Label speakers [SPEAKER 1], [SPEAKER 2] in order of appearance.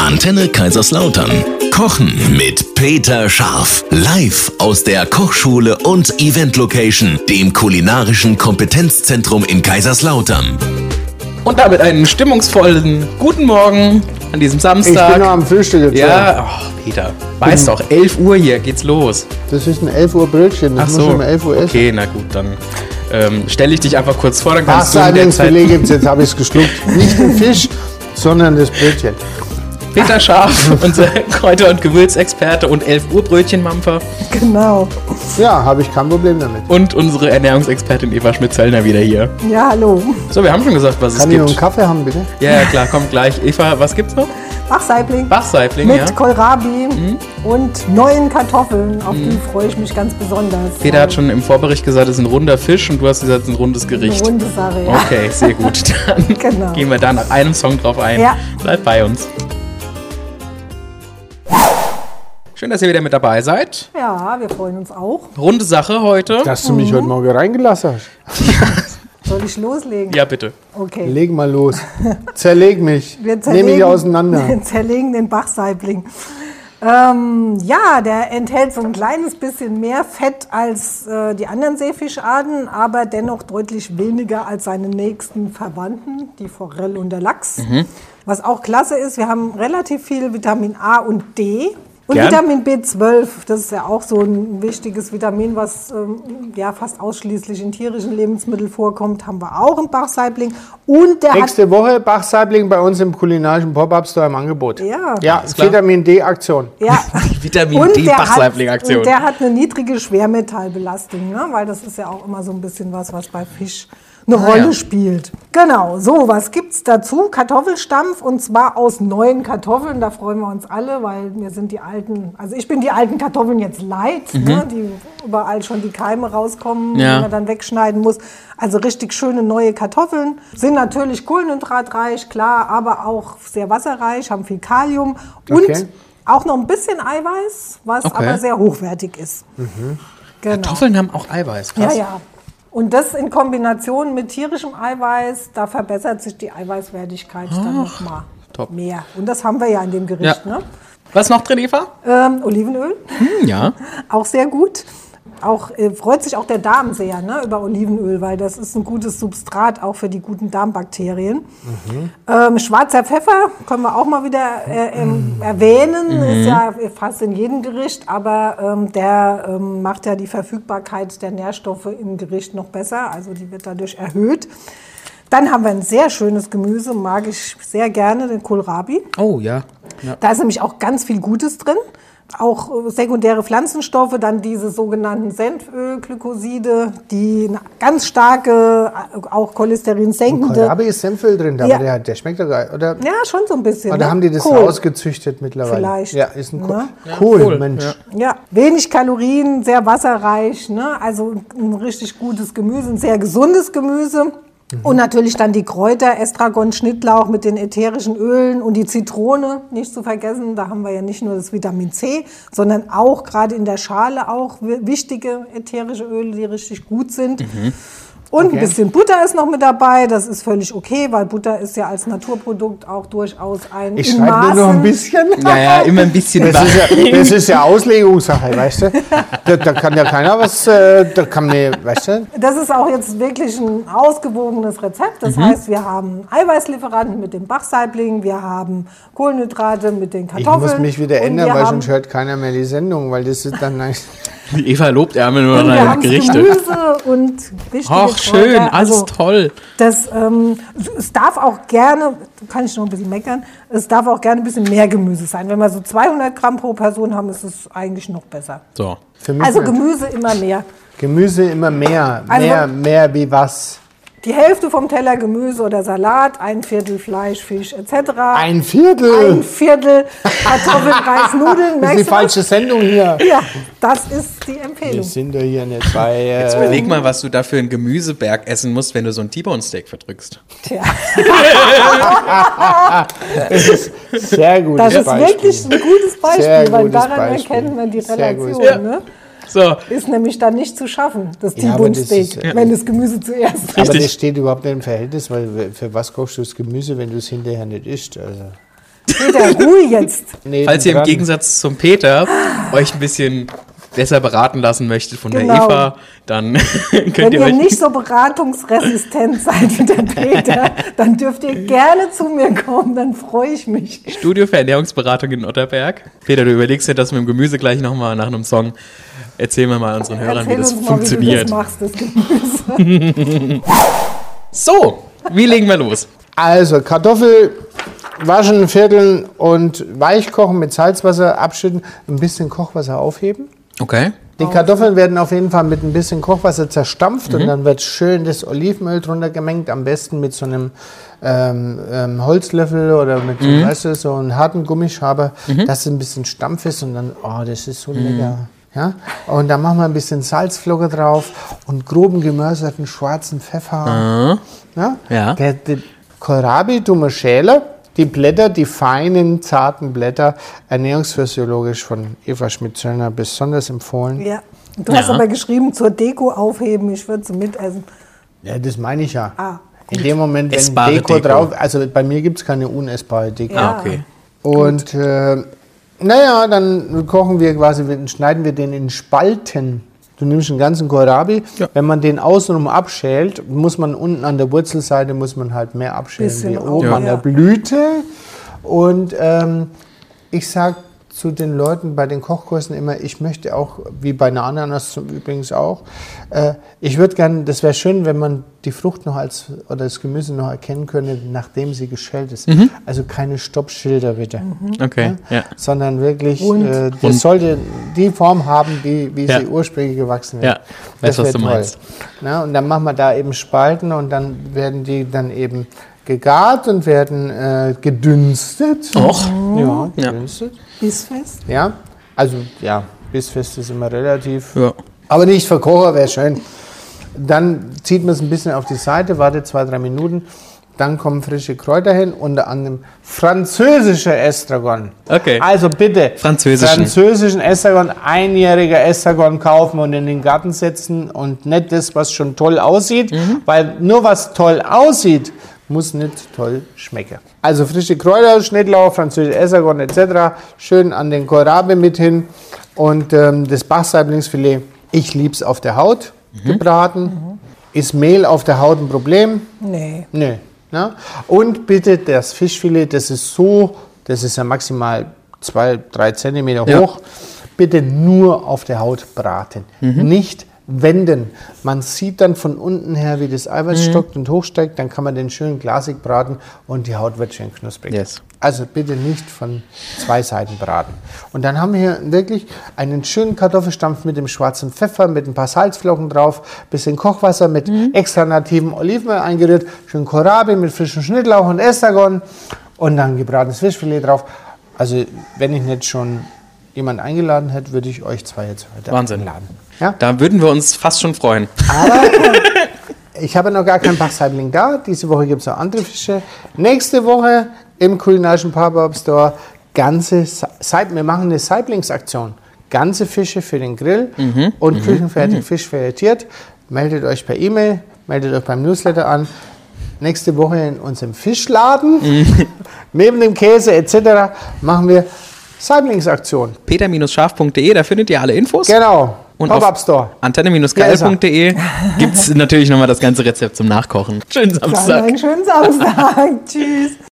[SPEAKER 1] Antenne Kaiserslautern. Kochen mit Peter Scharf. Live aus der Kochschule und Event Location, dem kulinarischen Kompetenzzentrum in Kaiserslautern.
[SPEAKER 2] Und damit einen stimmungsvollen guten Morgen an diesem
[SPEAKER 3] Ich
[SPEAKER 2] Samstag.
[SPEAKER 3] bin noch am Frühstück jetzt.
[SPEAKER 2] ja, ach, Peter, weiß doch, 11 Uhr hier geht's los.
[SPEAKER 3] Das ist ein 11 Uhr Brötchen. Das
[SPEAKER 2] Ach
[SPEAKER 3] muss
[SPEAKER 2] so,
[SPEAKER 3] um 11 Uhr essen.
[SPEAKER 2] okay, na gut, dann ähm, stelle ich dich einfach kurz vor, dann kannst du in der Zeit...
[SPEAKER 3] Wasserleitungsbeleg jetzt, jetzt habe ich es geschluckt. Nicht den Fisch, sondern das Brötchen.
[SPEAKER 2] Peter Scharf, unser Kräuter- und Gewürzexperte und 11 Uhr Brötchenmampfer
[SPEAKER 4] Genau.
[SPEAKER 3] Ja, habe ich kein Problem damit.
[SPEAKER 2] und unsere Ernährungsexpertin Eva Schmidt-Zellner wieder hier.
[SPEAKER 4] Ja, hallo.
[SPEAKER 2] So, wir haben schon gesagt, was
[SPEAKER 3] Kann
[SPEAKER 2] es
[SPEAKER 3] ich noch einen
[SPEAKER 2] gibt.
[SPEAKER 3] Kaffee haben, bitte?
[SPEAKER 2] Ja, ja, klar, kommt gleich. Eva, was gibt's noch?
[SPEAKER 4] Bachsaibling.
[SPEAKER 2] Bachsaibling,
[SPEAKER 4] mit
[SPEAKER 2] ja. Mhm.
[SPEAKER 4] Kohlrabi und neuen Kartoffeln. Auf die freue ich mich ganz besonders. Ähm,
[SPEAKER 2] Peter Mhm. hat schon im Vorbericht gesagt, es ist ein runder Fisch und du hast gesagt, es ist ein rundes
[SPEAKER 4] eine
[SPEAKER 2] Gericht. Oh.
[SPEAKER 4] runde Sache. Ja.
[SPEAKER 2] Okay, sehr gut. Dann
[SPEAKER 4] Genau.
[SPEAKER 2] gehen wir da nach einem Song drauf ein.
[SPEAKER 4] Ja.
[SPEAKER 2] Bleibt bei uns. Schön, dass ihr wieder mit dabei seid.
[SPEAKER 4] ja, wir freuen uns auch.
[SPEAKER 2] Runde Sache heute.
[SPEAKER 3] Dass du
[SPEAKER 4] Mhm.
[SPEAKER 3] mich heute Morgen reingelassen hast.
[SPEAKER 4] Soll ich loslegen?
[SPEAKER 2] Ja, bitte.
[SPEAKER 4] Okay.
[SPEAKER 3] Leg mal los. Zerleg mich. Nehme
[SPEAKER 4] Wir
[SPEAKER 3] ich
[SPEAKER 4] zerlegen-
[SPEAKER 3] auseinander.
[SPEAKER 4] Wir zerlegen den Bachsaibling. Ähm, ja, der enthält so ein kleines bisschen mehr Fett als äh, die anderen Seefischarten, aber dennoch deutlich weniger als seine nächsten Verwandten, die Forelle und der Lachs. Was auch klasse ist, wir haben relativ viel Vitamin A und D. Und
[SPEAKER 2] Gern.
[SPEAKER 4] Vitamin B12, das ist ja auch so ein wichtiges Vitamin, was ähm, ja fast ausschließlich in tierischen Lebensmitteln vorkommt, haben wir auch im Bachsaibling. Und der hat
[SPEAKER 3] Nächste Woche Bachsaibling bei uns im kulinarischen Pop-Up-Store im Angebot.
[SPEAKER 4] Ja.
[SPEAKER 3] Ja,
[SPEAKER 2] klar.
[SPEAKER 3] Vitamin D-Aktion.
[SPEAKER 4] Ja.
[SPEAKER 2] Vitamin
[SPEAKER 4] Und
[SPEAKER 2] D
[SPEAKER 4] der hat-
[SPEAKER 2] Bachsaibling-Aktion.
[SPEAKER 4] Und der hat eine niedrige Schwermetallbelastung, ne? weil das ist ja auch immer so ein bisschen was, was bei Fisch eine Rolle
[SPEAKER 2] Ah, ja.
[SPEAKER 4] spielt. Genau, so, was gibt's dazu? Kartoffelstampf und zwar aus neuen Kartoffeln. Da freuen wir uns alle, weil mir sind die alten, also ich bin die alten Kartoffeln jetzt leid, ne? die überall schon die Keime rauskommen,
[SPEAKER 2] Mhm. Ja.
[SPEAKER 4] die man dann wegschneiden muss. Also richtig schöne neue Kartoffeln. Sind natürlich kohlenhydratreich, klar, aber auch sehr wasserreich, haben viel Kalium und
[SPEAKER 3] Okay.
[SPEAKER 4] auch noch ein bisschen Eiweiß, was
[SPEAKER 2] Okay.
[SPEAKER 4] aber sehr hochwertig ist. Genau.
[SPEAKER 2] Kartoffeln haben auch Eiweiß.
[SPEAKER 4] Ja,
[SPEAKER 2] Krass.
[SPEAKER 4] ja. Und das in Kombination mit tierischem Eiweiß, da verbessert sich die Eiweißwertigkeit dann nochmal
[SPEAKER 2] Ah, top.
[SPEAKER 4] mehr. Und das haben wir ja in dem Gericht.
[SPEAKER 2] Ja.
[SPEAKER 4] Ne?
[SPEAKER 2] Was noch drin, Eva?
[SPEAKER 4] Ähm, Olivenöl,
[SPEAKER 2] Hm, ja.
[SPEAKER 4] auch sehr gut. Auch äh, freut sich auch der Darm sehr ne, über Olivenöl, weil das ist ein gutes Substrat auch für die guten Darmbakterien. Ähm, schwarzer Pfeffer können wir auch mal wieder äh, ähm, erwähnen, ist ja fast in jedem Gericht, aber ähm, der ähm, macht ja die Verfügbarkeit der Nährstoffe im Gericht noch besser, also die wird dadurch erhöht. Dann haben wir ein sehr schönes Gemüse, mag ich sehr gerne, den Kohlrabi.
[SPEAKER 2] Oh, ja. ja.
[SPEAKER 4] Da ist nämlich auch ganz viel Gutes drin. Auch äh, sekundäre Pflanzenstoffe, dann diese sogenannten Senfölglykoside, die eine ganz starke, äh, auch Cholesterin senkende.
[SPEAKER 3] Kohlrabi ist Senföl drin, aber
[SPEAKER 4] äh, Ja.
[SPEAKER 3] der, der schmeckt doch geil. Oder,
[SPEAKER 4] Ja, schon so ein bisschen.
[SPEAKER 3] oder
[SPEAKER 4] ne?
[SPEAKER 3] haben die das
[SPEAKER 4] Kohl.
[SPEAKER 3] rausgezüchtet mittlerweile?
[SPEAKER 4] Vielleicht.
[SPEAKER 3] Ja, ist ein Kohl.
[SPEAKER 4] Ne?
[SPEAKER 3] Kohl,
[SPEAKER 2] Kohl,
[SPEAKER 3] Mensch.
[SPEAKER 2] ja.
[SPEAKER 4] Ja, wenig Kalorien, sehr wasserreich, ne? also ein richtig gutes Gemüse, ein sehr gesundes Gemüse.
[SPEAKER 3] Mhm.
[SPEAKER 4] Und natürlich dann die Kräuter, Estragon, Schnittlauch mit den ätherischen Ölen und die Zitrone nicht zu vergessen. Da haben wir ja nicht nur das Vitamin C, sondern auch gerade in der Schale auch wi- wichtige ätherische Öle, die richtig gut sind.
[SPEAKER 3] Mhm.
[SPEAKER 4] Und ein bisschen Butter ist noch mit dabei. Das ist völlig okay, weil Butter ist ja als Naturprodukt auch durchaus ein
[SPEAKER 3] Ich
[SPEAKER 4] in
[SPEAKER 3] schreibe nur noch
[SPEAKER 4] Maßen-
[SPEAKER 3] ein bisschen.
[SPEAKER 2] Naja,
[SPEAKER 4] oh.
[SPEAKER 2] immer ein bisschen
[SPEAKER 3] Das ist,
[SPEAKER 2] Bach.
[SPEAKER 3] ja, das ist ja Auslegungssache, weißt du? Da, da kann ja keiner was, äh, da kann mir, weißt du?
[SPEAKER 4] Das ist auch jetzt wirklich ein ausgewogenes Rezept.
[SPEAKER 3] Mhm.
[SPEAKER 4] Das heißt, wir haben Eiweißlieferanten mit dem Bachsaibling, wir haben Kohlenhydrate mit den
[SPEAKER 3] Ich
[SPEAKER 4] Kartoffeln.
[SPEAKER 3] muss mich wieder
[SPEAKER 4] und
[SPEAKER 3] ändern,
[SPEAKER 4] wir
[SPEAKER 3] weil
[SPEAKER 4] haben-
[SPEAKER 3] sonst hört keiner mehr die Sendung, weil das ist dann
[SPEAKER 2] Die Eva lobt Ärmel nur
[SPEAKER 4] und wir
[SPEAKER 2] deine
[SPEAKER 4] haben
[SPEAKER 2] Gerichte.
[SPEAKER 4] Gemüse und wichtige
[SPEAKER 2] Ach, schön,
[SPEAKER 4] Kräuter.
[SPEAKER 2] alles
[SPEAKER 4] Also,
[SPEAKER 2] toll.
[SPEAKER 4] Das, ähm, es darf auch gerne, kann ich noch ein bisschen meckern, es darf auch gerne ein bisschen mehr Gemüse sein. Wenn wir so 200 Gramm pro Person haben, ist es eigentlich noch besser.
[SPEAKER 2] So.
[SPEAKER 3] für mich
[SPEAKER 4] Also
[SPEAKER 3] nicht.
[SPEAKER 4] Gemüse immer mehr.
[SPEAKER 3] Gemüse immer mehr,
[SPEAKER 4] Also-
[SPEAKER 3] mehr, mehr wie was.
[SPEAKER 4] Die Hälfte vom Teller Gemüse oder Salat, ein Viertel Fleisch, Fisch etc.
[SPEAKER 3] Ein Viertel.
[SPEAKER 4] ein Viertel Kartoffeln, Reis, Nudeln.
[SPEAKER 3] das ist die
[SPEAKER 4] Merkst du
[SPEAKER 3] falsche Sendung hier.
[SPEAKER 4] was? Ja, das ist die
[SPEAKER 3] Wir
[SPEAKER 4] Empfehlung.
[SPEAKER 3] sind doch hier nicht bei.
[SPEAKER 2] Jetzt
[SPEAKER 3] Äh,
[SPEAKER 2] überleg mal, was du da für einen Gemüseberg essen musst, wenn du so ein T-Bone-Steak verdrückst.
[SPEAKER 4] Tja,
[SPEAKER 3] das ist sehr gut.
[SPEAKER 4] das ist wirklich ein gutes Beispiel,
[SPEAKER 3] Sehr
[SPEAKER 4] weil
[SPEAKER 3] gutes
[SPEAKER 4] daran
[SPEAKER 3] Beispiel.
[SPEAKER 4] erkennen wir die
[SPEAKER 3] Sehr
[SPEAKER 4] Relation.
[SPEAKER 3] gutes-
[SPEAKER 4] Ne?
[SPEAKER 2] So,
[SPEAKER 4] Ist nämlich dann nicht zu schaffen, das
[SPEAKER 3] Ja, aber das
[SPEAKER 4] T-Bone-Steak,
[SPEAKER 3] ist, äh,
[SPEAKER 4] wenn das Gemüse zuerst
[SPEAKER 3] Aber
[SPEAKER 2] Richtig.
[SPEAKER 3] das steht überhaupt nicht im Verhältnis, weil für was kochst du das Gemüse, wenn du es hinterher nicht isst? Also.
[SPEAKER 4] Peter, Ruhe jetzt.
[SPEAKER 3] Nee,
[SPEAKER 2] Falls ihr im
[SPEAKER 3] dran.
[SPEAKER 2] Gegensatz zum Peter euch ein bisschen besser beraten lassen möchtet von der
[SPEAKER 4] Genau.
[SPEAKER 2] Eva, dann
[SPEAKER 4] Wenn
[SPEAKER 2] könnt ihr
[SPEAKER 4] ihr
[SPEAKER 2] euch
[SPEAKER 4] nicht so beratungsresistent seid wie der Peter, dann dürft ihr gerne zu mir kommen, dann freue ich mich.
[SPEAKER 2] Studio für Ernährungsberatung in Otterberg. Peter, du überlegst dir das mit dem Gemüse gleich nochmal nach einem Song. Erzähl mir mal unseren Hörern, wie
[SPEAKER 4] Erzähl
[SPEAKER 2] das
[SPEAKER 4] uns mal, wie du
[SPEAKER 2] funktioniert.
[SPEAKER 4] das machst, das Gemüse.
[SPEAKER 2] so, wie legen wir los?
[SPEAKER 3] Also Kartoffel waschen, vierteln und weich kochen mit Salzwasser abschütten, ein bisschen Kochwasser aufheben.
[SPEAKER 2] Okay.
[SPEAKER 3] Die Kartoffeln werden auf jeden Fall mit ein bisschen Kochwasser zerstampft und dann wird schön das Olivenöl drunter gemengt, am besten mit so einem ähm, ähm, Holzlöffel oder mit so, weißt du, so einem harten Gummischaber, dass es ein bisschen stampf ist und dann, oh, das ist so lecker. Ja? Und dann machen wir ein bisschen Salzflocke drauf und groben gemörserten schwarzen Pfeffer. Ja?
[SPEAKER 2] Ja.
[SPEAKER 3] Der, der Kohlrabi tun wir schälen. Die Blätter, die feinen, zarten Blätter, ernährungsphysiologisch von Eva Schmidt-Zöllner besonders empfohlen.
[SPEAKER 4] Ja. Du hast aber geschrieben, zur Deko aufheben, ich würde sie mitessen.
[SPEAKER 3] Ja, das meine ich ja.
[SPEAKER 4] Ah.
[SPEAKER 3] In dem Moment, wenn
[SPEAKER 2] Essbare
[SPEAKER 3] Deko,
[SPEAKER 2] Deko.
[SPEAKER 3] drauf, also bei mir gibt es keine unessbare Deko.
[SPEAKER 4] Ja.
[SPEAKER 2] Ah, okay.
[SPEAKER 3] Und äh, naja, dann kochen wir quasi, wir- schneiden wir den in Spalten. Du nimmst den ganzen Kohlrabi, wenn man den außenrum abschält, muss man unten an der Wurzelseite muss man halt mehr abschälen
[SPEAKER 4] Bisschen
[SPEAKER 3] wie oben
[SPEAKER 4] auch,
[SPEAKER 3] an
[SPEAKER 4] ja.
[SPEAKER 3] der Blüte. Und ähm, ich sag zu den Leuten bei den Kochkursen immer, ich möchte auch, wie bei einer Ananas zum übrigens auch, äh, ich würde gerne, das wäre schön, wenn man die Frucht noch als oder das Gemüse noch erkennen könnte, nachdem sie geschält ist. Also keine Stoppschilder bitte
[SPEAKER 2] Okay, ja.
[SPEAKER 3] sondern wirklich,
[SPEAKER 4] Rund.
[SPEAKER 3] äh, das sollte die Form haben, die, wie
[SPEAKER 2] Ja.
[SPEAKER 3] sie ursprünglich gewachsen
[SPEAKER 2] Ja,
[SPEAKER 3] wird.
[SPEAKER 2] weiß, was
[SPEAKER 3] wär
[SPEAKER 2] du meinst.
[SPEAKER 3] Na, und dann machen wir da eben Spalten und dann werden die dann eben gegart und werden äh, gedünstet.
[SPEAKER 2] Och.
[SPEAKER 3] Ja,
[SPEAKER 2] Oh. Ja.
[SPEAKER 3] gedünstet.
[SPEAKER 4] Bissfest?
[SPEAKER 3] Ja. also ja, bissfest ist immer relativ.
[SPEAKER 2] Ja.
[SPEAKER 3] Aber nicht für Kocher wäre schön. Dann zieht man es ein bisschen auf die Seite, wartet zwei, drei Minuten. Dann kommen frische Kräuter hin, unter anderem französischer Estragon.
[SPEAKER 2] Okay.
[SPEAKER 3] Also bitte,
[SPEAKER 2] Französischen.
[SPEAKER 3] französischen Estragon, einjähriger Estragon kaufen und in den Garten setzen und nicht das, was schon toll aussieht, weil nur was toll aussieht, muss nicht toll schmecken. Also frische Kräuter, Schnittlauch, französischer Estragon etc. Schön an den Kohlrabi mit hin und ähm, das Bachsaiblingsfilet. Ich lieb's auf der Haut gebraten. Ist Mehl auf der Haut ein Problem?
[SPEAKER 4] Nee.
[SPEAKER 3] Nö. Ne? Und bitte das Fischfilet, das ist so, das ist ja maximal zwei, drei Zentimeter
[SPEAKER 2] Ja.
[SPEAKER 3] hoch, bitte nur auf der Haut braten.
[SPEAKER 2] Mhm.
[SPEAKER 3] Nicht wenden. Man sieht dann von unten her, wie das Eiweiß
[SPEAKER 2] Mhm.
[SPEAKER 3] stockt und hochsteigt, dann kann man den schön glasig braten und die Haut wird schön knusprig.
[SPEAKER 2] Yes.
[SPEAKER 3] Also bitte nicht von zwei Seiten braten. Und dann haben wir hier wirklich einen schönen Kartoffelstampf mit dem schwarzen Pfeffer, mit ein paar Salzflocken drauf, bisschen Kochwasser mit extra nativem Olivenöl eingerührt, schön Kohlrabi mit frischem Schnittlauch und Estragon und dann gebratenes Fischfilet drauf. Also wenn ich nicht schon jemand eingeladen hätte, würde ich euch zwei jetzt heute
[SPEAKER 2] Wahnsinn.
[SPEAKER 3] einladen. Ja?
[SPEAKER 2] Da würden wir uns fast schon freuen.
[SPEAKER 3] Ich habe noch gar keinen Bachsaibling da. Diese Woche gibt es noch andere Fische. Nächste Woche im kulinarischen Pop-Up Store ganze Sa- Saib Wir machen eine Saiblingsaktion. Ganze Fische für den Grill
[SPEAKER 2] Mhm.
[SPEAKER 3] und küchenfertig Fisch verretiert. Meldet euch per E-Mail, meldet euch beim Newsletter an. Nächste Woche in unserem Fischladen,
[SPEAKER 2] Mhm.
[SPEAKER 3] neben dem Käse etc., machen wir Saiblingsaktion.
[SPEAKER 2] peter-scharf.de, da findet ihr alle Infos.
[SPEAKER 3] Genau.
[SPEAKER 2] Und
[SPEAKER 3] Pop-Up
[SPEAKER 2] auf
[SPEAKER 3] Store.
[SPEAKER 2] antenne-geil.de gibt es natürlich nochmal das ganze Rezept zum Nachkochen. Schönen
[SPEAKER 4] Dann
[SPEAKER 2] Samstag.
[SPEAKER 4] einen schönen Samstag. Tschüss.